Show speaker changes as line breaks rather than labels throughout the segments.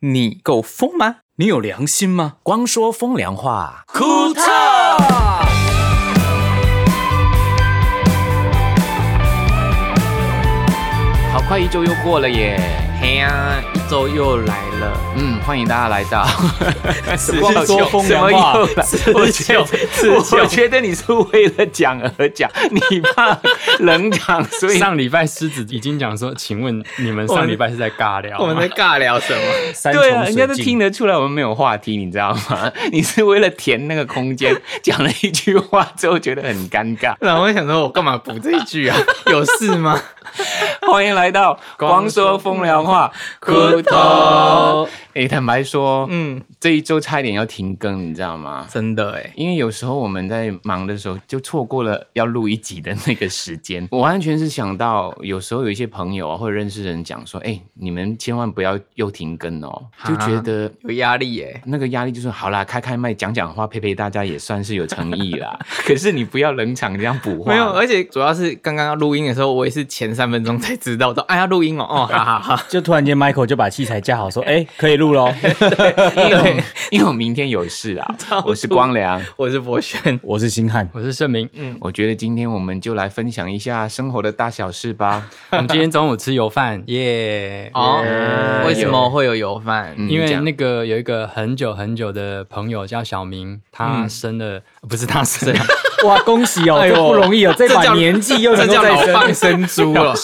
你够疯吗？你有良心吗？
光说风凉话，
库特。
好快一周又过了耶。
嘿呀、一周又来了，
嗯，欢迎大家来到。
只
抱歉
说风凉话
什么又来
自救
我觉得
自救
我觉得你是为了讲而 讲，你怕冷场，所以
上礼拜狮子已经讲说，请问你们上礼拜是在尬聊
我们
吗？
在尬聊什么？
三
对啊，人家都听得出来我们没有话题，你知道吗？ 你是为了填那个空间，讲了一句话之后觉得很尴尬。
然后我想说，我干嘛补这一句 啊？有事吗？
欢迎来到光说风凉话，
骨头。
哎、坦白说，
嗯，
这一周差一点要停更，你知道吗？
真的哎，
因为有时候我们在忙的时候，就错过了要录一集的那个时间。我完全是想到，有时候有一些朋友啊，或者认识人讲说：“哎、你们千万不要又停更哦。”就觉得
有压力哎。
那个压力欸就是好啦，开开麦讲讲话，陪陪大家也算是有诚意 啦。可是你不要冷场这样补话，
没有，而且主要是刚刚录音的时候，我也是前三分钟才知道，我说哎呀录音哦，哦，哈 哈哈。
就突然间 Michael 就把器材架 好，说：“哎、可以录喽。
因为我 因为我明天有事 啊。我是光良，嗯
我是博轩”，
我是星汉，
我是盛明，
我觉得今天我们就来分享一下生活的大小事吧。
我们今天中午吃油饭，耶！
哦
哎，
为什么会有油饭？
嗯
因
这
为
样
那个有一个很久很久的朋友叫小明，他生了不是他生了，
哇，恭喜哦，
哎呦
这不容易哦，这把
叫
年纪又
这
能够
叫
再
老放
生，
生猪啊 了。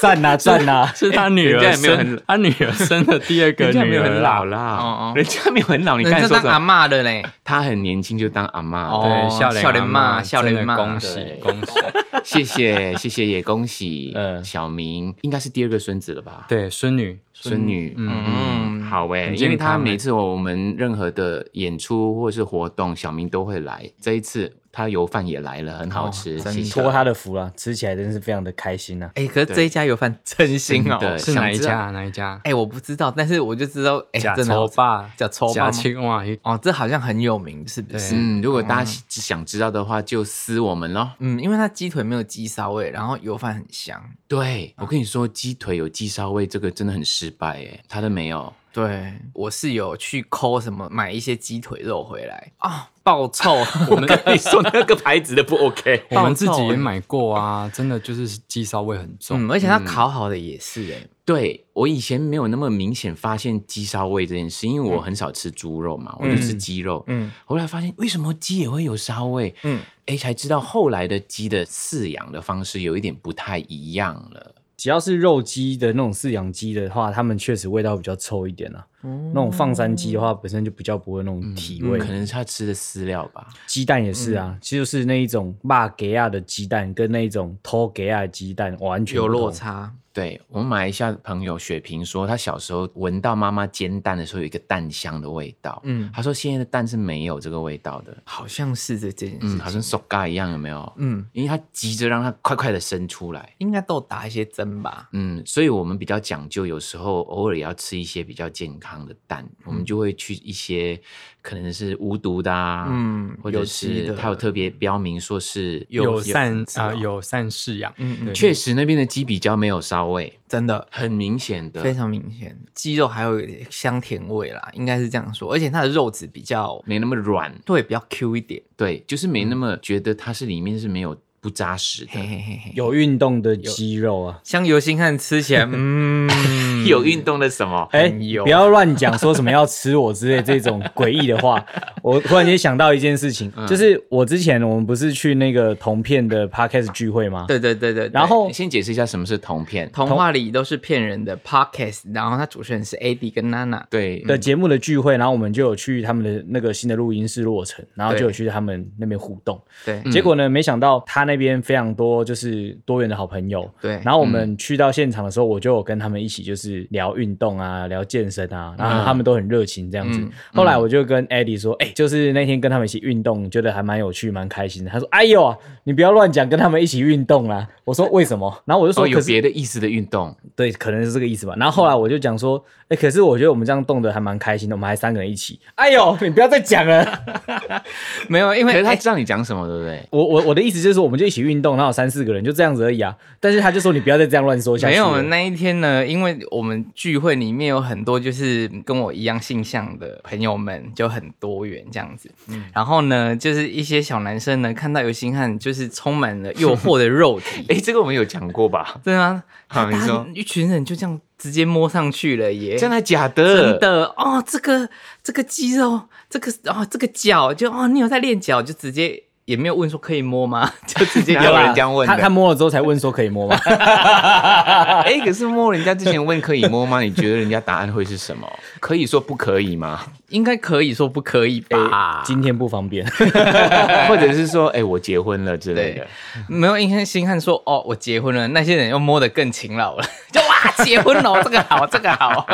赞 呐赞啊呐！
是他女
人家
儿
也没有很
生，他女儿生了第二个
人家
女
没有
儿
很
啦
老啦，
哦哦
人家没有很老。你刚
人
才
家
说
当
什
阿
么？
嬷的嘞，
他很年轻就当阿妈了。
哦
对，
笑
笑脸
脸
妈，
骂笑脸
真的
骂
恭喜
对
恭喜！
谢谢 谢谢，也恭喜
嗯
小明，应该是第二个孙子了吧？
对，孙女，
孙女，嗯，好诶，
很
因为
健康
他
欸
每次我们任何的演出或者是活动，小明都会来。这一次他油饭也来了，很好吃，
真
谢
的
谢。
托他的福了，吃起来真是非常的开心啊 呐、
哎，可是这一家油饭真心哦。
真的
是哪一
想知道
家啊？哪一家？
哎，我不知道，但是我就知道，哎，
假
真的好
抽
吃
霸，
假抽霸
假
吗
青蛙，
哦，这好像很有名，是不是？
嗯，如果大家想知道的话，就私我们咯。
嗯，因为它鸡腿没有鸡骚味，然后油饭很香。
对，我跟你说，鸡腿有鸡烧味，这个真的很失败诶，他的没有。
对，我是有去抠什么买一些鸡腿肉回来啊、爆臭。
我们
你说那个牌子的不 OK？
我们
爆
自
臭
己也
欸
买过啊，真的就是鸡骚味很重。
嗯，而且它烤好的也是哎、
对我以前没有那么明显发现鸡烧味这件事，因为我很少吃猪肉嘛，我就吃鸡肉。
嗯
后来发现为什么鸡也会有骚味？
嗯，
哎，才知道后来的鸡的饲养的方式有一点不太一样了。
只要是肉鸡的那种饲养鸡的话，它们确实味道比较臭一点啊。
哦
那种放山鸡的话，本身就比较不会那
嗯
种体味。
可能是它吃的饲料吧。
鸡蛋也是
嗯
啊，就是那一种骂给亚的鸡蛋跟那一种偷给啊亚的鸡蛋完全
有
不同
落。差。
对我马来西亚朋友雪萍说，她小时候闻到妈妈煎蛋的时候有一个蛋香的味道。
嗯，
她说现在的蛋是没有这个味道的。
好像是这件事情。
嗯，好像 soga 一样，有没有？
嗯
因为她急着让它快快的生出来。
应该都有打一些针吧。
嗯，所以我们比较讲究，有时候偶尔也要吃一些比较健康的蛋，我们就会去一些可能是无毒的啊，
嗯
或者
有机
是
的
它有特别标明说是
友善
有
啊，友善饲养，
嗯嗯
对
确实那边的鸡比较没有骚味，
真的
很明显的，
非常明显，鸡肉还有香甜味啦，应该是这样说。而且它的肉质比较
没那么软，
对，比较 Q 一点。
对，就是没那么觉得它是里面是没有不扎实的。
嘿嘿嘿嘿，
有运动的鸡肉啊，
像油心汉吃起来，嗯，
有运动的什么？
哎、
很油
不要乱讲说什么要吃我之类这种诡异的 话。我忽然间想到一件事情，
嗯
就是我之前我们不是去那个同片的 podcast 聚会吗？。
对对对对对
然后
先解释一下什么是铜片。
童话里都是骗人的 podcast，然后它主持人是 AD 跟娜娜。
对，
的节目的聚会，然后我们就有去他们的那个新的录音室落成，然后
对
就有去他们那边互动。
对
结果呢，没想到他那边非常多就是多元的好朋友。
对
然后我
嗯
们去到现场的时候，我就有跟他们一起就是聊运动啊，聊健身啊，然后他
嗯
们都很热情这样子。后来我就跟 Eddie 说，哎、就是那天跟他们一起运动，觉得还蛮有趣，蛮开心的。他说，哎呦啊，你不要乱讲，跟他们一起运动啦。我说为什么？然后我就说，
哦，
可
有
是
别的意思的运动，
对，可能是这个意思吧。然后后来我就讲说，哎、可是我觉得我们这样动的还蛮开心的，我们还三个人一起。哎呦，你不要再讲了。
没有，因
可
为
是他
哎
知道你讲什么，对不对？
我我我的意思就是，我们就一起运动，然后有三四个人就这样子而已啊。但是他就说你不要再这样乱说下去
没
了。
有那一天呢，因为我们聚会里面有很多就是跟我一样性向的朋友们，就很多元这样子。
嗯
然后呢，就是一些小男生呢，看到有星汉就是充满了诱惑的 肉体，
哎，这个我们有讲过吧？
对吗？
好你
他
说
一群人就这样直接摸上去了耶，
真的假
真
的？
的哦，这个这个肌肉，这个哦这个脚，就哦你有在练脚，就直接也没有问说可以摸吗？ 就 直接
哪
就
有
来
人这样问的
他他摸了之后才问说可以摸 吗？
哎，可是摸人家之前问可以摸吗？你觉得人家答案会是什么？ 可以说不可以吗？
应该可以说不可以
啊
吧？
哎今天不方便。
或者是说，哎，我结婚了之类的
对？没有，应该星汉说哦，我结婚了，那些人又摸得更勤劳了， 就哇结婚了，这个好，这个好，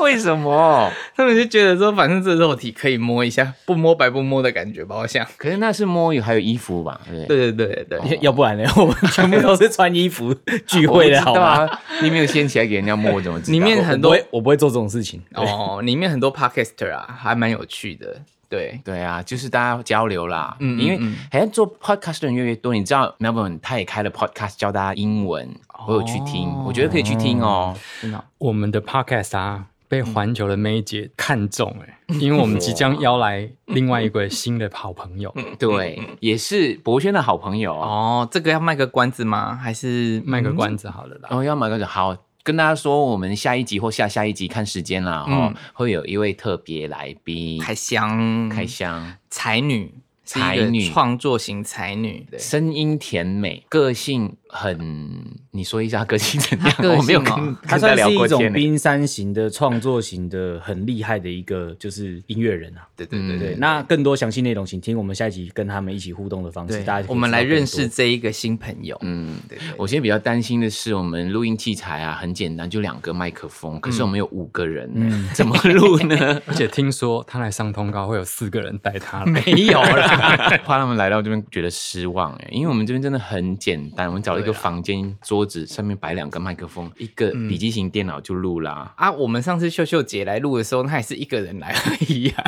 为什么？
他们就觉得说反正这肉体可以摸一下，不摸白不摸的感觉吧，我想。
可是那是摸，还有衣服吧？对不对
对对对对对，
要不然呢？ 我们全部都是穿衣服聚会的，好
我不知道
吗？
啊，你没有掀起来给人家摸，我怎么知道？
里面很
我不
多
会，我不会做这种事 情。
哦，里面很多 podcaster 啊，还蛮有趣的，对。
对啊，就是大家交流啦，
嗯嗯
因为
嗯
好像做 podcast 的人越来越多，你知道 Melbourne 他也开了 podcast 教大家英文，我有去听，我觉得可以去听哦。
我们的 podcast 啊，被
嗯
环球的梅姐看中哎、因为我们即将邀来另外一位新的好朋友，
嗯
嗯
对，也是博轩的好朋友哦。
哦，这个要卖个关子吗？还是
卖个关子好了啦。？
嗯
哦，要买个好。跟大家说，我们下一集或下下一集看时间啦，哦，会有一位特别来宾
嗯开箱？
开箱，
嗯才女，是一个
才女
创作型才女，对，
声音甜美，个性很，你说一下个性怎样？
她 个性哦
我没有跟
他
跟大家
算
聊
是一
过天
种
呢。
冰山型的创作型的很厉害的一个就是音乐人啊。
对对对
嗯
对
对，那更多详细内容，请听我们下一集跟他们一起互动的方式。
对，
大家就可以
我们
知道
来
更多
认识这一个新朋友，
嗯，
对对
我现在比较担心的是，我们录音器材啊，很简单，就两个麦克风，可是
嗯
我们有五个人， 怎么录呢
而且听说他来上通告会有四个人带他 来，
没有啦，
怕他们来到这边觉得失望哎，因为我们这边真的很简单，我们找了一个房间，桌子上面摆两个麦克风，一个笔记型电脑就录啦。
啊，我们上次秀秀姐来录的时候，她也是一个人来而已啊，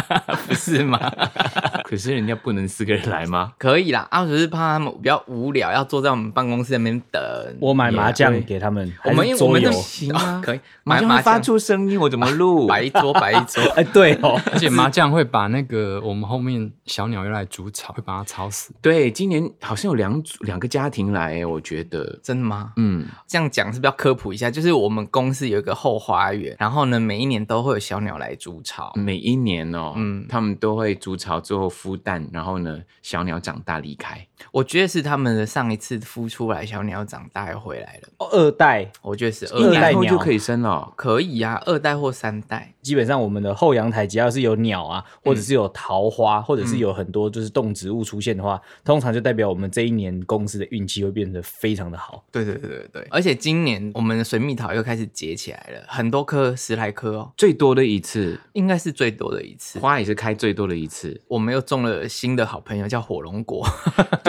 不是吗？
可是人家不能四个人来 吗？
可以啦，啊，只是怕他们比较无聊，要坐在我们办公室那边等。
我买麻将
Yeah，
给他们，
我们
还是
我
桌
们
游
的。行啊，可以
麻啊将会发出声音，我怎么录？
白一桌白一桌，
哎，对哦，
而且麻将会把那个我们后面小鸟又来煮草，会把它吵死。
对，今年好像有两组两个家庭来欸，我觉得，
真的吗？
嗯，
这样讲是不是要科普一下？就是我们公司有一个后花园，然后呢，每一年都会有小鸟来筑巢。
每一年哦，
嗯
他们都会筑巢之后孵蛋，然后呢，小鸟长大离开。
我觉得是他们的上一次孵出来小鸟长大又回来了，
哦二代
我觉得是
二
二
代
代
以后
鸟
就可以生了哦。
可以啊，二代或三代。
基本上我们的后阳台只要是有鸟啊，
嗯
或者是有桃花，或者是有很多就是动植物出现的话，通常就代表我们这一年公司的运气会变得非常的好。
对对对对对，而且今年我们的水蜜桃又开始结起来了，很多颗，十来颗哦，
最多的一次
应该是最多的一次。
花也是开最多的一次。
我们又中了新的好朋友，叫火龙果。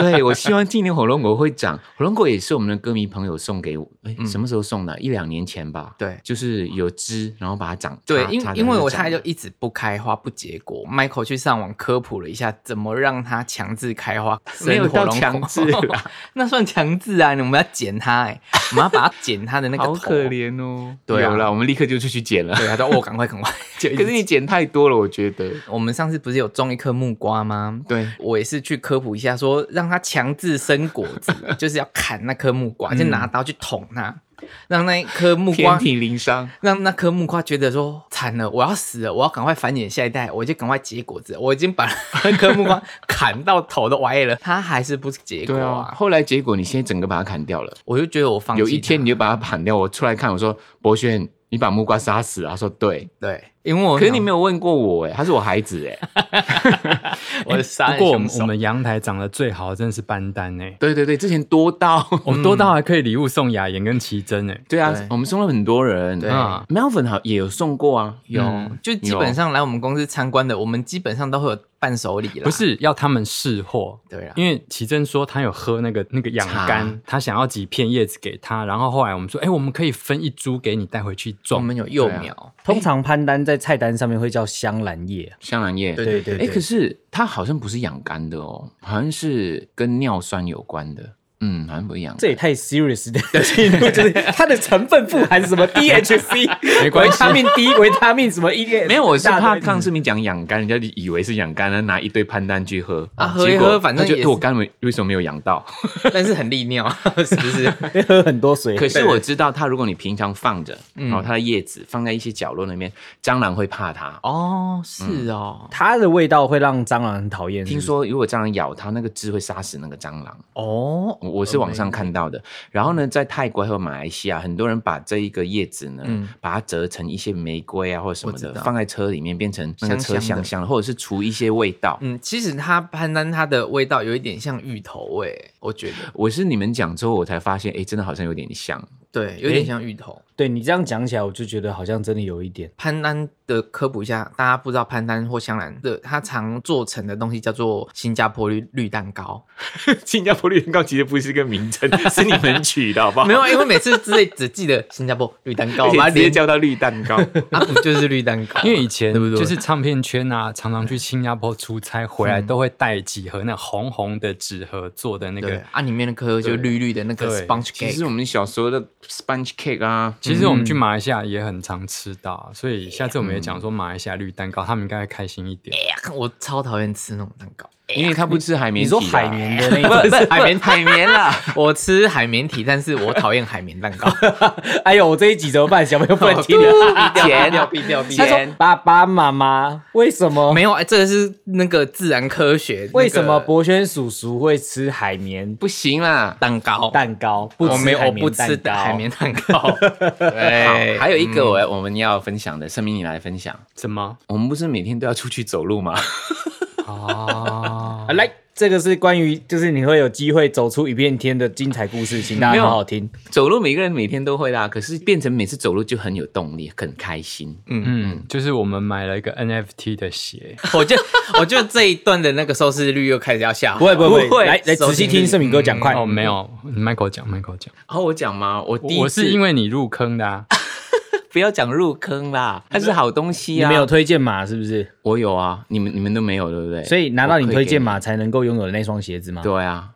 对，我希望今年火龙果会长。火龙果也是我们的歌迷朋友送给我，哎，
嗯
什么时候送的？一两年前吧。
对
就是有枝，然后把它长。
对，
插
因
插着
因为
它
我
长
它就一直不开花不结果，Michael 去上网科普了一下，怎么让它强制开花，
没有
生火
到
龙果
强制啊啦，
那算强制啊！我们要剪它、欸，我们要把它剪它的那个
好
头。
可怜哦。
对啊
有了，我们立刻就出去剪了。
对，他说哦，赶快赶快。 就一直
可是你剪太多了，我觉得。
我们上次不是有种一颗木瓜吗？
对
我也是去科普一下说让它强制生果 子，就是要砍那颗木瓜，就拿刀去捅它，让那一颗木瓜
遍体鳞伤。
让那颗木瓜觉得说惨了，我要死了，我要赶快繁衍下一代，我就赶快结果子。我已经把那颗木瓜砍到头都歪 了，它还是不结果
对啊，后来结果你现在整个把它砍掉了。
我就觉得我放弃它。
有一天你就把它砍掉，我出来看，我说博轩，你把木瓜杀死啊了。他说对，
对，因为我
可是你
想
没有问过我哎，他是我孩子 哎。
哎我是杀
不
人
过我们
凶手
我们阳台长得最好的真的是班丹哎、
对对对，之前多 到。
我们多到还可以礼物送雅妍跟奇珍哎、
对啊
嗯对，
我们送了很多人。
对
啊，Melvin 好也有送过啊，
有、
嗯
就基本上来我们公司参观的，我们基本上都会有伴手礼啦。
不，是要他们试货。
对啊啦，
因为奇珍说他有喝那个那个养
茶
肝，他想要几片叶子给他，然后后来我们说，哎、我们可以分一株给你带回去
我
种。
们有幼
对啊
苗，
通常潘丹在菜单上面会叫香兰叶，
香兰叶。
对
对对
哎，可
对，
是它好像不是养肝的哦，好像是跟尿酸有关的。嗯，好像不是养肝。
这也太 serious 的进入，就是它的成分富含 什么 DHC，
没关
维
系
他命 D、维他命什么 E
没有，我是怕康世明讲养肝，人家就以为是养肝，然后拿一堆潘丹去喝
啊
结
喝一
果
喝反正
他
也
就是我肝为为什么没有养到？
但是很利尿， 是不是？
喝很多水，
可是我知道它，如果你平常放着，
嗯
然后它的叶子放在一些角落那边，蟑螂会怕它。
哦，是哦，
它的味道会让蟑螂很讨厌。
听说如果蟑螂咬它，那个汁会杀死那个蟑螂。
哦，
我我是网上看到的。然后呢，在泰国还有马来西亚，很多人把这一个叶子呢，把它折成一些玫瑰啊或者什么
我
的
知，道
放在车里面变成那个车
香香
香
的
香的，或者是除一些味道。
嗯，其实它潘丹它的味道有一点像芋头味，我觉得，
我是你们讲之后，我才发现，哎，真的好像有点像。
对，有点像芋头。
对你这样讲起来，我就觉得好像真的有一点。
潘丹的科普一下，大家不知道潘丹或香兰的，它常做成的东西叫做新加坡绿绿蛋糕。
新加坡绿蛋糕其实不是个名称，是你们取的，好 不好
没有，因为每次只只记得新加坡 绿蛋糕，我把它连
叫到绿蛋糕。
啊，不就是绿蛋糕？
因为以前
对不对
就是唱片圈啊，常常去新加坡出差回
嗯
来，都会带几盒那红红的纸盒做的那
对
个。
啊，里面那颗就绿绿的那个
对
sponge
其实
cake，
我们小时候的 sponge cake 啊，
其实我们去马来西亚也很常吃到啊，所以下次我们也讲说马来西亚绿蛋糕，他们应该会开心一点。
哎呀我超讨厌吃那种蛋糕。
因为他不吃海绵
你
体啊，
说海绵的那
不
种，
是海绵海绵啦，我吃海绵体，但是我讨厌海绵蛋糕。
哎呦，我这一集怎么办？小朋友不
哦
能听了。
舔掉， 毙掉，毙
他说：“爸爸妈妈，为什么？
没有，哎，这个是那个自然科学。
为什么
那个
博轩叔叔会吃海绵
不行啦。
蛋糕？
蛋糕？不吃
我没有，
海
我
绵
不吃
蛋糕
海绵蛋 糕。对，
还有一个我我们要分享的，盛明你来分享。
怎么？
我们不是每天都要出去走路吗？
啊
啊，来，这个是关于就是你会有机会走出一片天的精彩故事，请大
没
家
有
好好听。
走路每个人每天都会啦，可是变成每次走路就很有动力，很开心。
嗯，就是我们买了一个 NFT 的鞋，
我 就我就这一段的那个收视率又开始要下滑。
不会不会
不会，
来来仔细听盛敏哥讲，快
哦，没有，Michael 讲，Michael 讲，
哦，我讲嘛，我第一
我是因
为
为你入坑的啊，
不要讲入坑啦，它是好东西
你
啊。
没有，推荐码是不是？
我有啊，你们你们都没有对不对？
所以拿到你推荐
嘛？
码才能够拥有那双鞋子吗？
对啊，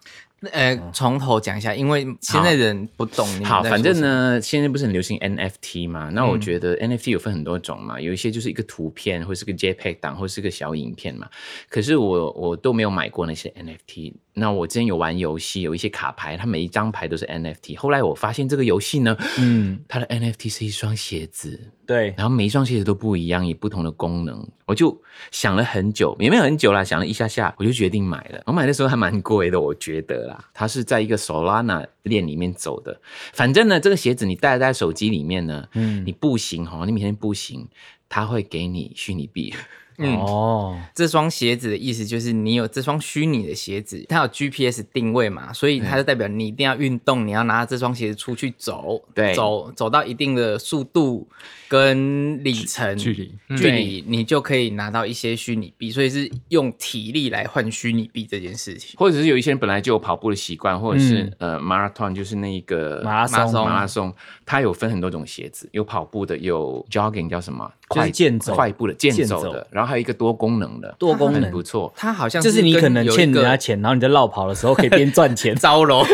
呃，从头讲一下，因为现在人不懂你们在
好，
说
反正
什么，
呢，现在不是很流行 NFT 嘛？那我觉得 NFT 有分很多种嘛，有一些就是一个图片，或是个 JPEG 档，或是个小影片嘛。可是我我都没有买过那些 NFT。那我之前有玩游戏，有一些卡牌，它每一张牌都是 NFT。后来我发现这个游戏呢，嗯，它的 NFT 是一双鞋子。
对，
然后每一双鞋子都不一样，有不同的功能。我就想了很久，也没有很久啦，想了一下下，我就决定买了。我买的时候还蛮贵的，我觉得啦，它是在一个 Solana 链里面走的。反正呢，这个鞋子你戴在手机里面呢，嗯，你步行哈，你每天步行，它会给你虚拟币。
哦，
这双鞋子的意思就是你有这双虚拟的鞋子，它有 GPS 定位嘛，所以它就代表你一定要运动，你要拿这双鞋子出去走，
对
走走到一定的速度跟里程
距离嗯
距离，你就可以拿到一些虚拟币，所以是用体力来换虚拟币这件事情。
或者是有一些人本来就有跑步的习惯，或者是、呃 marathon 就是那一个
嗯马拉松
马拉松，它有分很多种鞋子，有跑步的，有 jogging 叫什么，
就是
快
健走
快步的健走
健
的，
走
然后还有一个多功能的，
多功能
很不错。
它好像
就是你
跟
可能
有一
欠人
个。
家钱，然后你在绕跑的时候可以边赚钱
招楼，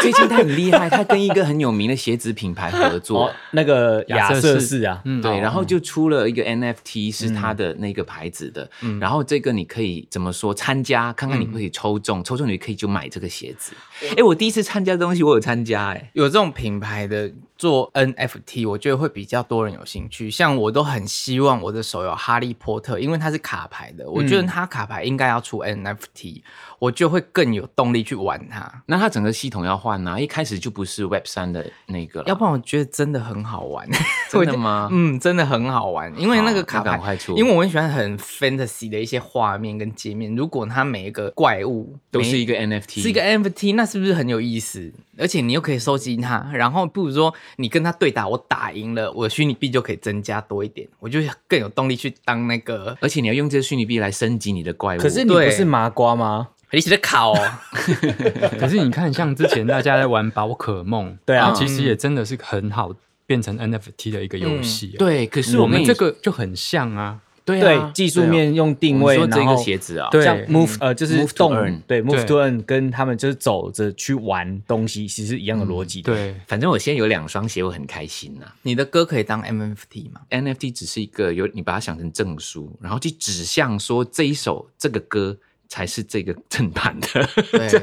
最近他很厉害，他跟一个很有名的鞋子品牌合作
哦，，那个亚
亚瑟
瑟
士
士啊，
嗯，
对，然后就出了一个
嗯
NFT 是他的那个牌子的，然后这个你可以怎么说参加，看
嗯
看你可以抽中，抽中你可以就买这个鞋子。
哦
哎，我第一次参加的东西我有参加，哎，
有这种品牌的做 NFT，我觉得会比较多人有兴趣。像我都很希望我的手有哈利波特，因为它是卡牌
嗯
的，我觉得它卡牌应该要出 NFT，、我就会更有动力去玩它。
那它整个系统要换啊，一开始就不是 Web 三的那个了，
要不然我觉得真的很好玩，？
真的吗
嗯，真的很好玩，因为那个卡
好那
牌
赶快，出
因为我很喜欢很 fantasy 的一些画面跟界面。如果它每一个怪物
都是
每
一个 NFT，
是一个 NFT，那是不是很有意思？而且你又可以收集它，然后不如说你跟他对打，我打赢了，我的虚拟币就可以增加多一点，我就更有动力去当那个
而且你要用这个虚拟币来升级你的怪物。
可是你不
对
是麻瓜吗？
你起的考 哦。
可是你看，像之前大家在玩宝 可梦，
对啊
它其实也真的是很好变成 NFT 的一个游戏、
嗯
啊
对，可是
我
我们
们这个就很像啊，
对
对，
啊
技术面用定位，
我们
然
说这个
后
鞋子啊，
对
像 move 呃就是
Move to
动
earn
对 move
对
to earn 跟他们就是走着去玩东西，其实是一样的逻辑。，
对，
反正我现在有两双鞋，我很开心呐、啊
你的歌可以当 MFT 吗？
NFT 只是一个有你把它想成证书，然后去指向说这一首这个歌才是这个正版的。
对，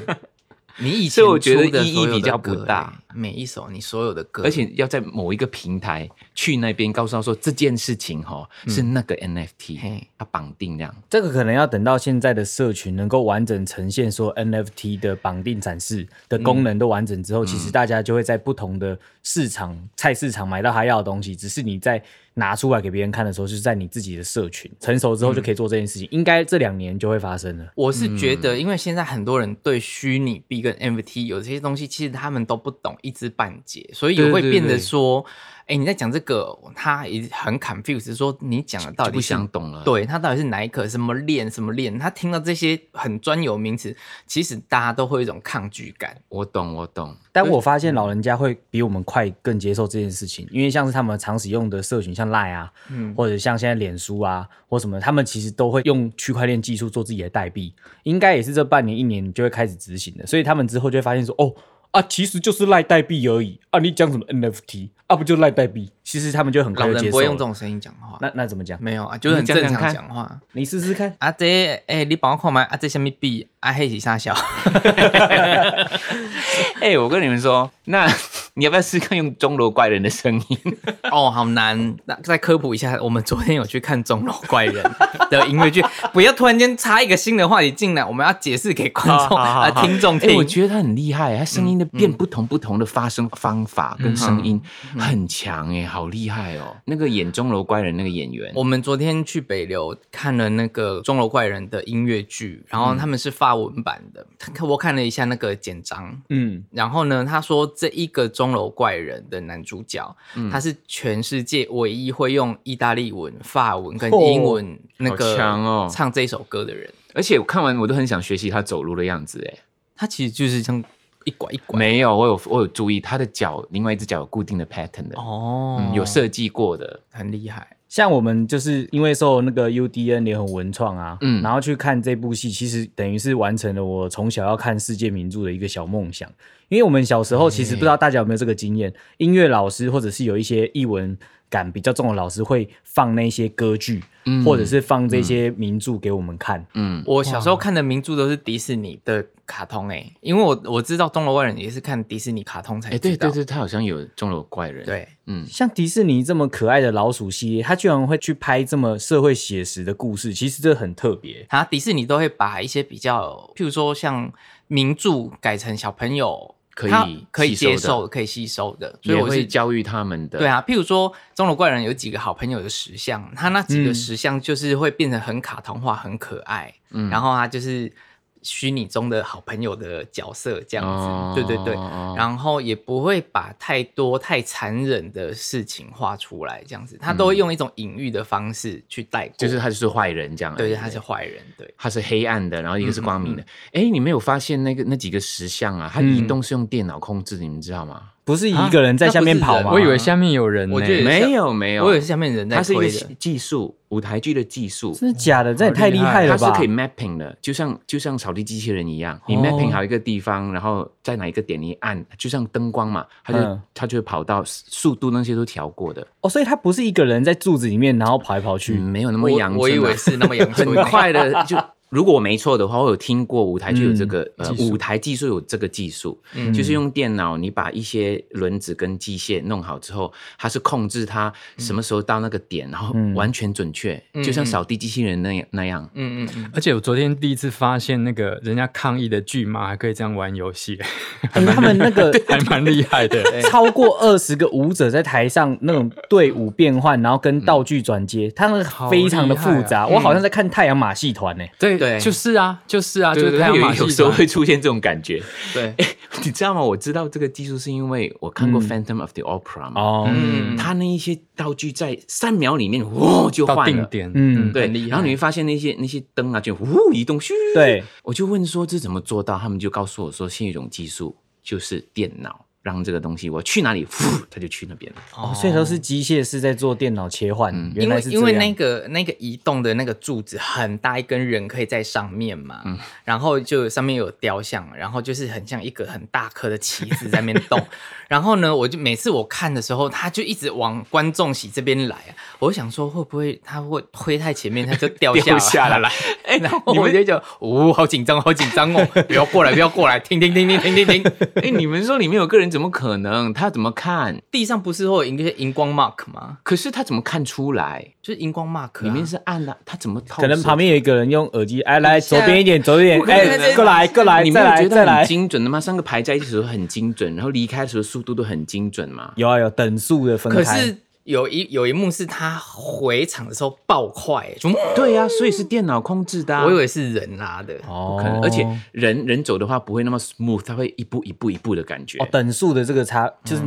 你以 前
所以我觉得
出的
意义
所有的
比较不
歌
大，
每一首你所有的歌，
而且要在某一个平台去那边告诉他说这件事情哈、是那个 NFT，
嘿
它绑定量。
这个可能要等到现在的社群能够完整呈现说 NFT 的绑定展示的功能都完整之后，其实大家就会在不同的市场菜市场买到他要的东西，只是你在拿出来给别人看的时候，就是在你自己的社群成熟之后就可以做这件事情，应该这两年就会发生了。
我是觉
嗯
得，因为现在很多人对虚拟币跟 NFT 有这些东西，其实他们都不懂，一知半解，所以
对对
会变
对
得说，哎、你在讲这个，他也很 confused，说你讲的到
就
底
不
是
想懂了
对他到底是哪一颗，什么链，什么链，他听到这些很专有名词，其实大家都会有一种抗拒感。
我懂，我懂。
但我发现
嗯
老人家会比我们快更接受这件事情，因为像是他们常使用的社群，像 Line 啊，
嗯
或者像现在脸书啊，或什么，他们其实都会用区块链技术做自己的代币，应该也是这半年一年就会开始执行的，所以他们之后就会发现说，哦啊，其实就是赖代币而已啊，你讲什么 NFT 啊，不就赖代币？其实他们就很
老
快就
人
接
不
受
会用这
了。
种声音讲话，
那那怎么讲？
没有啊，就是很
你讲
正
讲
常
看
讲话。
你试试看。
啊这哎、你帮我看嘛？啊这什么币？啊黑是啥小？
哎、我跟你们说， 那你要不要试看用钟楼怪人的声音？
哦，好难。那再科普一下，我们昨天有去看《钟楼怪人》 的音乐剧，不要突然间插一个新的话题进来，我们要解释给观众
好好好
啊、听众
哎、
听。
我觉得他很厉害，他声音的变不同不同的发声方法跟声音很强哎、好厉害哦！那个演钟楼怪人那个演员，
我们昨天去北流看了那个《钟楼怪人》的音乐剧，
嗯
然后他们是法文版的，我看了一下那个简章。
嗯，
然后呢，他说这一个钟楼怪人的男主角，
嗯
他是全世界唯一会用意大利文、法文跟英文那
哦好
个
强哦
唱这首歌的人，
而且我看完我都很想学习他走路的样子哎、
他其实就是像一拐一拐。
没有，我有我有注意他的脚，另外一只脚有固定的 pattern 的，
哦
嗯，有设计过的。
很厉害，
像我们就是因为受那个 UDN 联合文创啊，
嗯
然后去看这部戏，其实等于是完成了我从小要看世界名著的一个小梦想。因为我们小时候其实不知道大家有没有这个经验，音乐老师或者是有一些译文感比较重的老师会放那些歌剧，或者是放这些名著给我们看。
嗯，
我小时候看的名著都是迪士尼的卡通诶、因为我我知道《钟楼怪人》也是看迪士尼卡通才
哎、
知道。
对对对，他好像有钟楼怪人。，
对
嗯，
像迪士尼这么可爱的老鼠系列，它居然会去拍这么社会写实的故事，其实这很特别。
它迪士尼都会把一些比较，譬如说像名著改成小朋友
可以
他可以
吸收
接
的
受、可以吸收的，所
所以
以
我
我
是
是
教育他们的。
对，啊，譬如说《钟楼怪人》有几个好朋友的石像，他那几个
嗯
石像就是会变成很卡通化、很可爱，
嗯
然后他就是虚拟中的好朋友的角色这样子，
哦
对对对，
哦
然后也不会把太多太残忍的事情画出来，这样子，他都会用一种隐喻的方式去带过，
就是他就是坏人这样。
对对，他是坏人，对。
它是黑暗的，然后一个
嗯
是光明的。哎、你没有发现那个那几个石像啊？它移动是用电脑控制的，你们知道吗？
不是一个人在下面跑吗？
啊
我以为下面有人、呢。
我觉得也是
没有没有，
我以为是下面人在
它是一个
推
技
的，
技术，舞台剧的技术。
真的假的？这也
好
太
厉
厉
害
害
它
了
是
吧！
可以 mapping 的，就像就像扫地机器人一样，
哦
你 mapping 好一个地方，然后在哪一个点你按，就像灯光嘛，它就、
嗯
它就会跑到速度那些都调过的，
哦，所以他不是一个人在柱子里面，然后跑来跑去。
嗯没有那么
我
阳春啊、
我以为是那么阳 春
很
欸，
快的就。如果我没错的话，我有听过舞台剧有这个、
嗯
呃
技术
舞台技术有这个技术，就是用电脑你把一些轮子跟机械弄好之后，它是控制它什么时候到那个点，然后完全准确，就像扫地机器人那样那样。
嗯嗯嗯，
而且我昨天第一次发现，那个人家抗议的巨妈还可以这样玩游戏，
可是他们那个
还蛮厉 害的。
超过二十个舞者在台上那种队伍
嗯
啊
哦
变换，然后跟道具转接，他那个非常的复杂。我好像在看太阳马戏团呢。
对，
对，
就是啊，就是啊，就
对
是
对，
太
他
阳
有
马
有
戏
时候
团
会出现这种感觉。
对，
哎，你知道吗？我知道这个技术是因为我看过
嗯
《Phantom of the Opera》嘛，
哦，
嗯，
它那一些道具在三秒里面，哇就
到
换
定
了。
点，
嗯
对
很厉，害
然后你会发现那些那些灯啊，就呜移动，咻，
对，
我就问说这怎么做到？他们就告诉我说，现有一种技术就是电脑让这个东西我去哪里，呼，它就去那边了。
哦
所以都是机械式在做电脑切换，
嗯
原
因
来
为
是
因为
这样
那个那个移动的那个柱子很大一根人可以在上面嘛，然后就上面有雕像，然后就是很像一个很大颗的旗子在那边动，然后呢，我就每次我看的时候，他就一直往观众席这边来，啊我就想说会不会他会推太前面，他就掉下
掉下来，
哎，然后我就觉得哦，好紧张，好紧张哦，不要过来，不要过来，停停停停停停停，
哎，你们说里面有个人怎么可能？他怎么看？
地上不是会有一个荧光 mark 吗？
可是他怎么看出来？
就是荧光 mark，、啊、
里面是暗的，他怎么透视？
可能旁边有一个人用耳机，哎，来
下
左边一点，左边一
不可能
点，
这
哎，过来过来，
你没
再
有
来
觉
再
得很
来，
精准的吗？三个排在一起的时候很精准，然后离开的时候速度都很精准嘛。
有啊有等速的分
可
开，
是有一有一幕是他回场的时候爆快、就
对呀、所以是电脑控制的、啊。
我以为是人拉的。
哦
可能，而且人人走的话不会那么 smooth，它会一步一步一步的感觉。
哦等速的这个差就是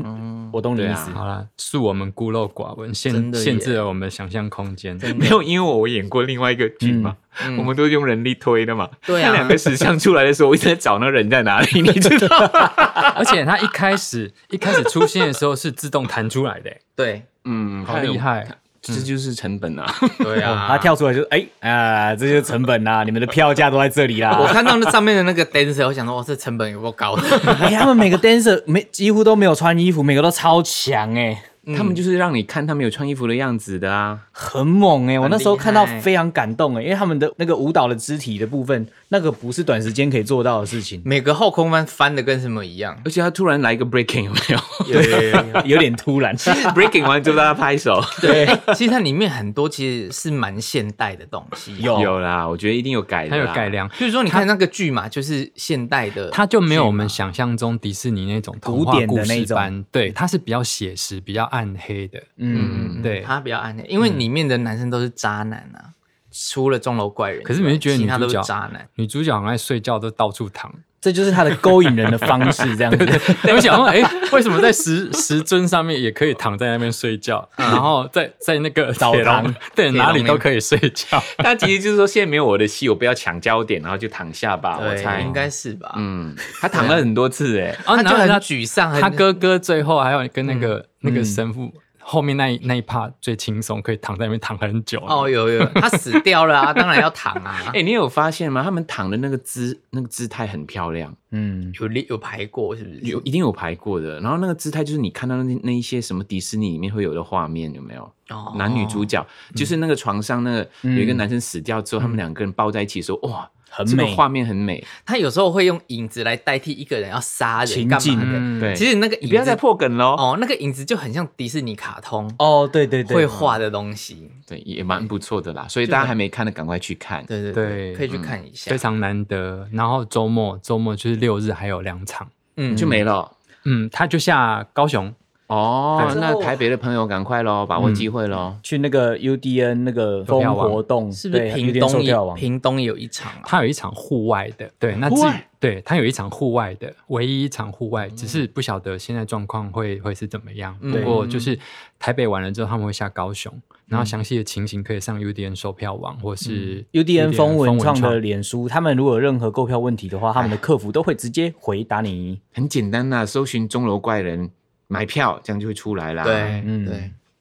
我懂你
对
意
啊
思，
好啦，恕我们孤陋寡闻，
真
限
的耶
限制了我们想象空间。
没有，因为我演过另外一个剧嘛，我们都用人力推的嘛。
对啊
那两个石像出来的时候，我一直在找那人在哪里，你知道吗？
而且它一开始一开始出现的时候是自动弹出来的，欸
对
嗯，
好厉，害！
这就是成本啊。
对
哦他。 跳出来就哎啊，这就是成本啦，你们的票价都在这里啊
我
啦。
看到那上面的那个 dancer，我想说，哇，哦这成本有够高的。
哎，他们每个 dancer 没几乎都没有穿衣服，每个都超强哎，
他们就是让你看他们有穿衣服的样子的啊。
很猛哎！我那时候看到
很厉害
非常感动哎，因为他们的那个舞蹈的肢体的部分，那个不是短时间可以做到的事情，
每个后空翻翻的跟什么一 样，
而且他突然来一个 breaking 有没有
有点突然。
？breaking 完之后大家拍手。
对，哎其实它里面很多其实是蛮现代的东西，
有
有啦，我觉得一定有改的
它
啦。
有改良，
就是说你看那个剧嘛，就是现代的，
它就没有我们想象中迪士尼那种童话
古典的
故
那
事
种
般，对，它是比较写实、比较暗黑的。
嗯，
对，
它比较暗黑，因为里面的男生都是渣男啊，除了钟楼怪人以外，
可是你会觉得
其
女
他都
主
是
角
渣男，
女主角很爱睡觉，都到处 躺。
这就是他的勾引人的方式，这样 子。
我想说，哎、为什么在石石尊上面也可以躺在那边睡觉，然后在在那个
嗯澡
铁笼
堂
对，
铁笼
哪
里
里
面
都可以睡觉。
但其实就是说，现在没有我的戏，我不要抢焦点，然后就躺下吧。
啊
我
对，
猜
应，该是吧？
嗯，他躺了很多次哎、
他
啊，然
就
后
很
他
沮丧，很
他哥哥最后还有跟那个、那个神父后面那一那一趴最轻松，可以躺在那边躺很久。
哦，有有，他死掉了啊，当然要躺啊
哎、。你有发现吗？他们躺的那个姿，那个姿态很漂亮，
嗯，
有列有排过是不是？
有一定有排过的。然后那个姿态就是你看到那那一些什么迪士尼里面会有的画面，有没有？
哦嗯
男女主角、就是那个床上那个、有一个男生死掉之后，他们两个人抱在一起的时候，哇，
很
这个
美
画面很美。
他有时候会用影子来代替一个人要杀人
情
干嘛
境
的。
嗯
对，
其实那个
你不要
影子
再破梗喽。
哦，那个影子就很像迪士尼卡通
哦，对对对，
会画的东西。
对，也蛮不错的啦。所以大家还没看的，赶快去看。
对对
对
可以去看一下
非。常难得，然后周末周末就是六日还有两场，
嗯，
就没了。
嗯，他就下高雄，
哦，
对
那台北的朋友赶快喽，
嗯
把握机会喽。
去那个 UDN 那个
售
风
票网
活动，
是不是
对啊
屏
UDN 售
东
票
也
网？
屏东也有一场啊？
他有一场户外的，对，那
户
至于
外
对他有一场户外的，唯一一场户外，只是不晓得现在状况会会是怎么样。不
对
过就是台北完了之后，他们会下高雄，然后详细的情形可以上 UDN 售票网或是
UDN 风文创
创
的脸书，他们如果有任何购票问题的话，他们的客服都会直接回答你。
很简单呐、搜寻钟楼怪人买票，这样就会出来啦。
对，
嗯
对，
啊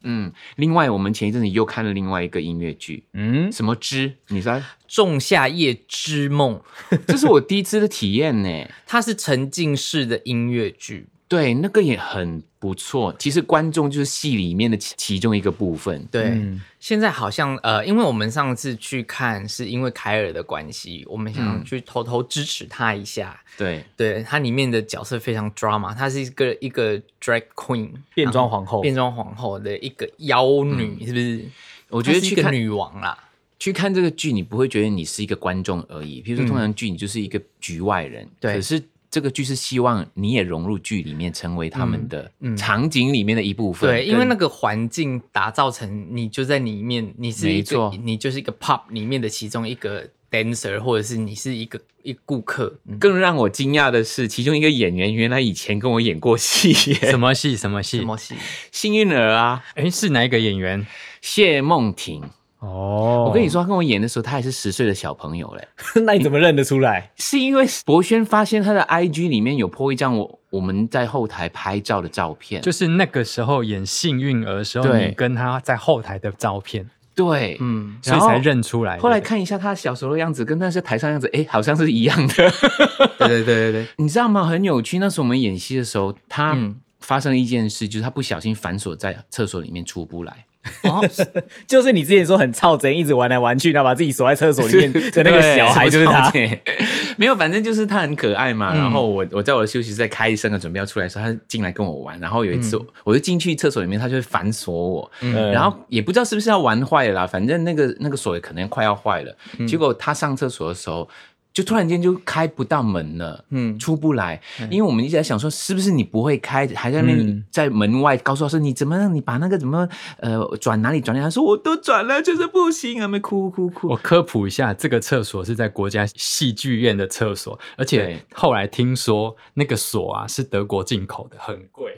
嗯，另外我们前一阵子又看了另外一个音乐剧，
嗯，
什么之，你猜？
仲夏夜之梦，
这是我第一次的体验呢。
它是沉浸式的音乐剧。
对，那个也很不错。其实观众就是戏里面的其其中一个部分。
对，
嗯
现在好像呃，因为我们上次去看是因为凯尔的关系，我们想要去偷偷支持他一下。
对，
对，它里面的角色非常 drama，她是一个一个 drag queen
变装皇后
变装皇后的一个妖女，是不是？
我觉得
她是
去
一个
看
女王啦。
去看这个剧，你不会觉得你是一个观众而已。比如说，通常剧你就是一个局外人，
对
可是这个剧是希望你也融入剧里面，成为他们的
嗯嗯
场景里面的一部分。
对，因为
跟
那个环境打造成你就在里面，你是一
没
个
错
你就是一个 pop 里面的其中一个 dancer，或者是你是一个一个顾客，嗯
更让我惊讶的是，其中一个演员原来以前跟我演过戏耶，
什么戏？什么戏
什？么戏？
幸运儿啊，
哎，是哪一个演员？
谢梦婷。
哦
我跟你，说，他跟我演的时候，他还是十岁的小朋友嘞，
那你怎么认得出来？
是因为博轩发现他的 IG 里面有 po 一张我我们在后台拍照的照片，就
就
是
那个时候演幸运儿的时候，
对
你跟他在后台的照片，
对，
嗯，
所以
然后
才认出来。
后来
对不
看一下他小时候的样子，跟那些台上样子，哎，好像是一样的。
对对对对对，
你知道吗？很有趣。那时候我们演戏的时候，他
嗯
发生了一件事，就是他不小心反锁在厕所里面出不来。
哦，
就是你之前说很操贼，一直玩来玩去，然后把自己锁在厕所里面的那个 小孩，就是他。嗯
对。没有，反正就是他很可爱嘛。然后我我在我的休息室在开声的准备要出来的时候，他进来跟我玩。然后有一次我我就进去厕所里面，他就会反锁我。
嗯
然后也不知道是不是要玩坏了啦，反正那个那个锁可能快要坏了。
嗯
结果他上厕所的时候。就突然间就开不到门了，嗯，
嗯
出不来，因为我们一直在想说，是不是你不会开，还在那边
嗯
在门外告诉我说你怎么样，你把那个怎么呃转哪里转哪里，他说我都转了，就是不行，他们哭哭哭
我，
哦
科普一下，这个厕所是在国家戏剧院的厕所，而且
对
后来听说那个锁啊是德国进口的，很贵，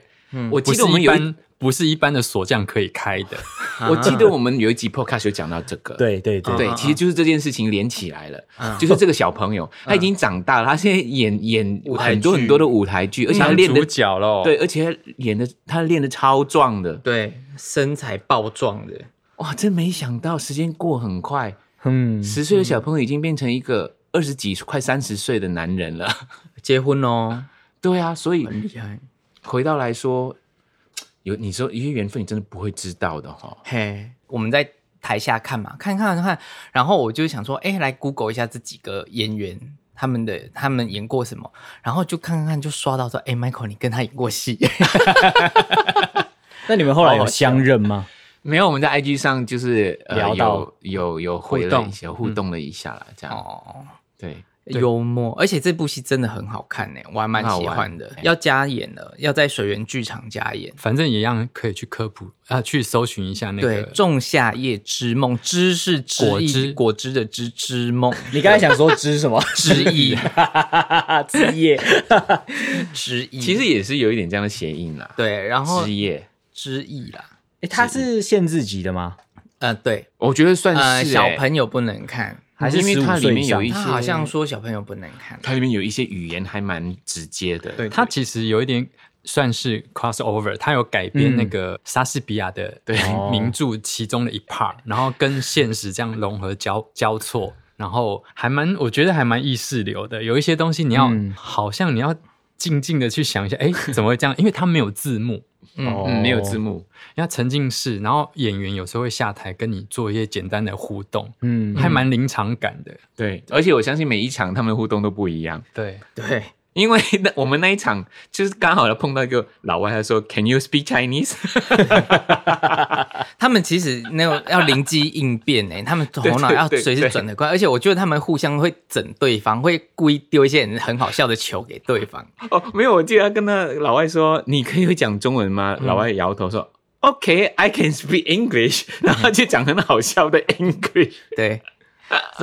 我
不
记
是
得我们
一
有一
般不是一般的锁匠可以开的。
啊
我记得我们有一集 podcast 有讲到这个，
对对对，
对，
嗯
其实就是这件事情连起来了，
嗯
就是这个小朋友他已经长大了，他现在演演
啊舞台剧
很多很多的舞台剧， 而且他
当
练
主
的
角喽，
对，，而且他演的他练的超壮的，
对，身材暴壮的，
哇，真没想到时间过很快，
嗯，
十岁的小朋友已经变成一个二十几快三十岁的男人了，
结婚哦，
对啊，所以
很厉害，
回到来说，有你说一些缘分你真的不会知道的哈，
嘿，我们在台下看嘛，看看看，然后我就想说，哎、来 Google 一下这几个演员。他们的他们演过什么，然后就看看看，就刷到说，哎、m i c h a e l 你跟他演过戏，
那你们后来有相认吗？
没有，我们在 IG 上就是呃
聊到
有有有回
互
了
动
一些互动了一下啦，这样
嗯哦，
对。
幽默，而且这部戏真的很好看呢、我还蛮喜欢的
很好玩。
要加演了，要在水源剧场加演。
反正一样可以去科普啊，去搜寻一下那
对，
个
《仲夏夜之梦》，知是知
果
意
汁
果汁的知之梦，
你刚才想说知什么？
知意
枝叶。
知意，
其实也是有一点这样的谐音啦。
对，嗯然后
枝叶，
知意啦，
诶它是限制级的吗？
呃，对，
我觉得算是、欸
呃，小
友，
朋友不能看，
还是
因为它
15岁
里面
以上
有一些，
他好像说小朋友不能看，
它里面有一些语言还蛮直接的。
对，
它其实有一点算是 crossover，它有改
嗯
编那个莎士比亚 的
对
哦
名名著其中的一 part，然后跟现实这样融合交交错，然后还蛮我觉得还蛮意识流的。有一些东西你要、
嗯
好像你要静静的去想一下，哎，怎么会这样？因为它没有字幕，
哦
嗯，
嗯，没有字幕，
要沉浸式，然后演员有时候会下台跟你做一些简单的互动，
嗯，
还蛮临场感的。
对，而且我相信每一场他们互动都不一样，
对，
对，
因为那我们那一场就是刚好碰到一个老外，他说 Can you speak Chinese？
他们其实那种要灵机应变哎、他们头脑
对对
要
对
随时
对
转得快，而且我觉得他们互相会整对方，会故意丢一些很好笑的球给对方。
哦，没有，我记得他跟那老外说你可以会讲中文吗？老外摇头说。OK, I can speak English，然 后就讲很好笑的 English。
对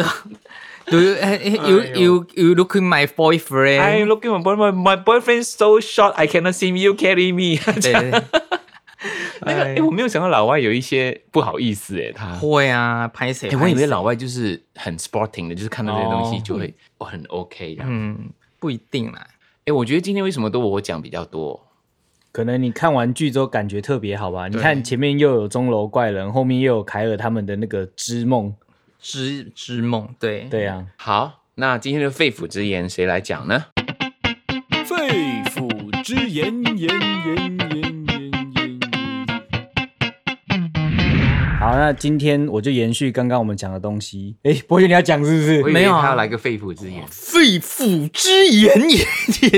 ，Do you eh, eh, you
哎呦哎
you you look at my
I
boyfriend？
look at my boyfriend, my boyfriend so short, I cannot see you carry me 。
对对，对
那个，哎、我没有想到老外有一些不好意思、哎，他。
会啊，拍谁？
哎、我以为
拍谁
老外就是很 sporting 的，就是看到这些东西就会、哦、很 OK 的。哎、
嗯，不一定啦。
我觉得今天为什么都我讲比较多？
可能你看完剧之后感觉特别好吧？你看前面又有钟楼怪人，后面又有凯尔他们的那个织梦，
之之梦，对，
对啊，
好，那今天的肺腑之言谁来讲呢？
肺腑之言，言言言言言言。
好，那今天我就延续刚刚我们讲的东西。哎，博宇你要讲是不
我
是？
以
没
为
有啊
他要来个肺腑之言。
肺腑之言也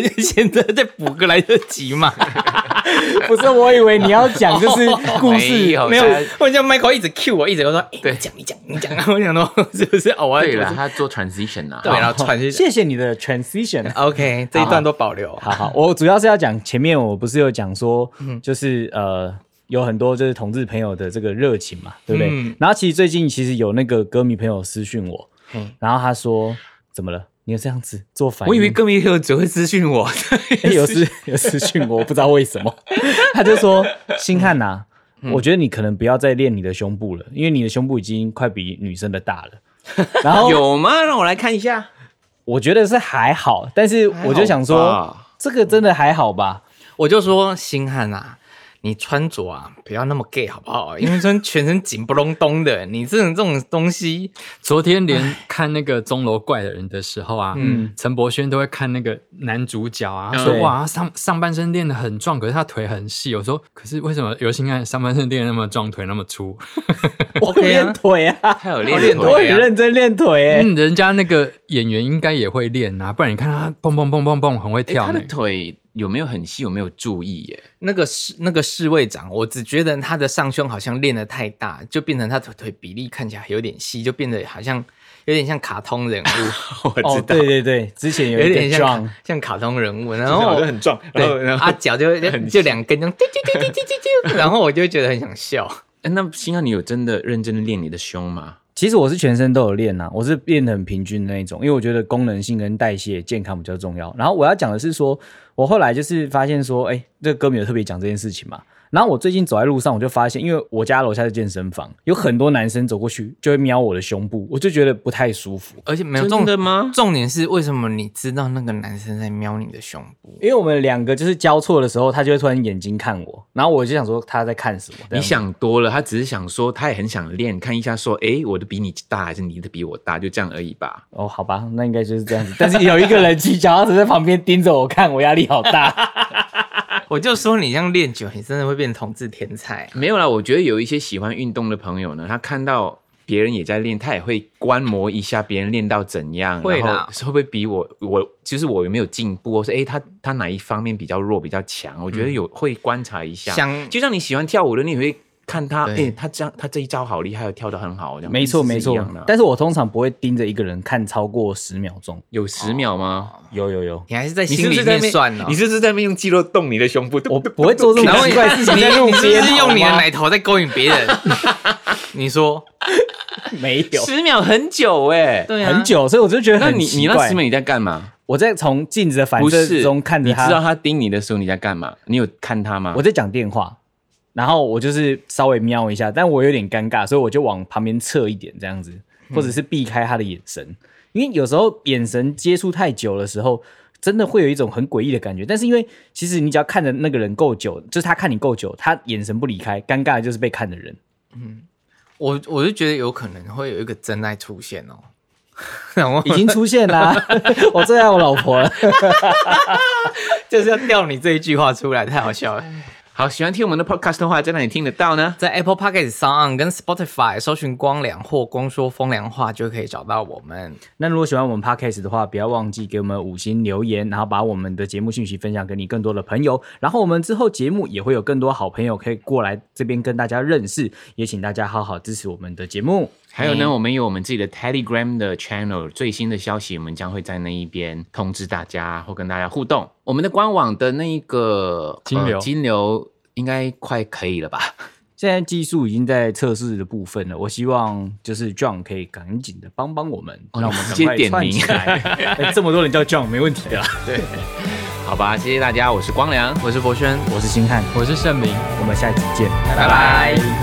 也现在再补个来得及嘛？
不是，我以为你要讲就是故
没
事
有，
没有
他，
我叫 Michael 一直 cue 我，一直说，哎，你讲你讲你讲，我想说是不是偶尔
对了，他做 transition 啊。
对然后传一下
谢谢你的 transition。
OK，这一段都保留。
好好，我主要是要讲前面我不是有讲说，
嗯
就是呃有很多就是同志朋友的这个热情嘛，对不对？
嗯
然后其实最近其实有那个歌迷朋友私讯我，
嗯
嘿
然后他说怎么了？你有这样子做反应？
我以为歌迷友只会私讯我，
欸、有私 有私讯我，我不知道为什么， 他就说星汉呐、
嗯
我觉得你可能不要再练你的胸部了，因为你的胸部已经快比女生的大了。然后
有吗？让我来看一下。
我觉得是还好，但是我就想
还
说
好吧，
这个真的还好吧？
我就说星汉啊，你穿着啊不要那么 gay 好不好？因为穿全身紧不隆咚的，你这种这种东西，
昨天连看那个钟楼怪人的时候啊，
嗯
陈柏轩都会看那个男主角啊，
嗯
他说
对
哇，他上上半身练得很壮，可是他腿很细。我说，可是为什么尤星汉上半身练得那么壮，腿那么粗？
我有练腿啊，
他有嗯练
练
我
腿
很
啊
认真练腿、欸。
嗯，人家那个演员应该也会练啊，不然你看他蹦蹦蹦蹦蹦很会
诶
跳
他
呢
的。腿有没有很细？有没有注意耶？
那个侍那个侍卫长，我只觉得他的上胸好像练得太大，就变成他的腿比例看起来有点细，就变得好像有点像卡通人 物，
我
哦，对对对，之前有
有
一
点
个
像
John，
卡像卡通人物，然后
很壮，
对，啊脚就就就两根这样，啾啾啾啾啾啾啾，然后我就觉得很想笑。
诶啊那星汉，你有真的认真的练你的胸吗？
其实我是全身都有练呐、我是练得很平均的那一种，因为我觉得功能性跟代谢健康比较重要。然后我要讲的是说，我后来就是发现说，哎，这个歌迷有特别讲这件事情嘛。然后我最近走在路上，我就发现，因为我家楼下是健身房，有很多男生走过去就会瞄我的胸部，我就觉得不太舒服。
而且没有
真
重
的吗
重点是为什么你知道那个男生在瞄你的胸部？
因为我们两个就是交错的时候，他就会突然眼睛看我，然后我就想说他在看什么。这
你
样子
想多了，他只是想说，他也很想练，看一下说，诶，我的比你大还是你的比我大，就这样而已吧。
哦，好吧，那应该就是这样子。但是有一个人骑脚踏车在旁边盯着我看，我压力好大。
我就说你这样练久，你真的会变同志天才。
没有啦，我觉得有一些喜欢运动的朋友呢，他看到别人也在练，他也会观摩一下别人练到怎样，
会啦
然后会不会比我我就是我有没有进步，或是诶，他他哪一方面比较弱比较强，我觉得有、会观察一下。
像
就像你喜欢跳舞的，你也会看他，
对
诶，他这样他这一招好厉害，跳得很好，这样
没错
意思是
没错
一样的啊，
但是我通常不会盯着一个人看超过十秒钟。
有十秒吗？
有有有，
你还是在
哦你是
心
不
里
是在
面
那边
算哦呢、
你是不是在那边用肌肉动你的胸部？
我不会做这
然
种奇
后你
怪的事情在路
你是
边。
不是用你的
好吗
奶头在勾引别 人？你说
没有
十秒很久哎、
对
很。久，所以我就觉得
那
很
你你
奇
那
怪
十。秒你在干嘛？
我在从镜子的反
不
射
是
中看着
你知道
他，
他盯你的时候你在干嘛？你有看他吗？
我在讲电话，然后我就是稍微瞄一下，但我有点尴尬，所以我就往旁边侧一点这样子，或者是避开他的眼神，因为有时候眼神接触太久的时候。真的会有一种很诡异的感觉，但是因为其实你只要看着那个人够久，就是他看你够久，他眼神不离开，尴尬的就是被看的人。
我我就觉得有可能会有一个真爱出现哦。 然后
已经出现啦、我最爱我老婆了。
就是要调你这一句话出来，太好 笑了。
好，喜欢听我们的 podcast 的话，在哪里听得到呢？
在 Apple p o c k e t 上跟 Spotify 搜寻“光良”或“光说风凉话”就可以找到我们。
那如果喜欢我们 podcast 的话，不要忘记给我们五星留言，然后把我们的节目信息分享给你更多的朋友。然后我们之后节目也会有更多好朋友可以过来这边跟大家认识，也请大家好好支持我们的节目。
还有呢，我们有我们自己的 Telegram 的 channel，最新的消息我们将会在那一边通知大家，或跟大家互动。我们的官网的那一个呃
金流
金流应该快可以了吧？
现在技术已经在测试的部分了，我希望就是 John 可以赶紧的帮帮我们，
哦
让我们
直
赶
接
快
点
串
名
起来。哎这么多人叫 John 没问题的啦。
好吧，谢谢大家，我是光良，
我是博轩，
我是星汉，
我是盛明。
我们下一集见，拜
拜拜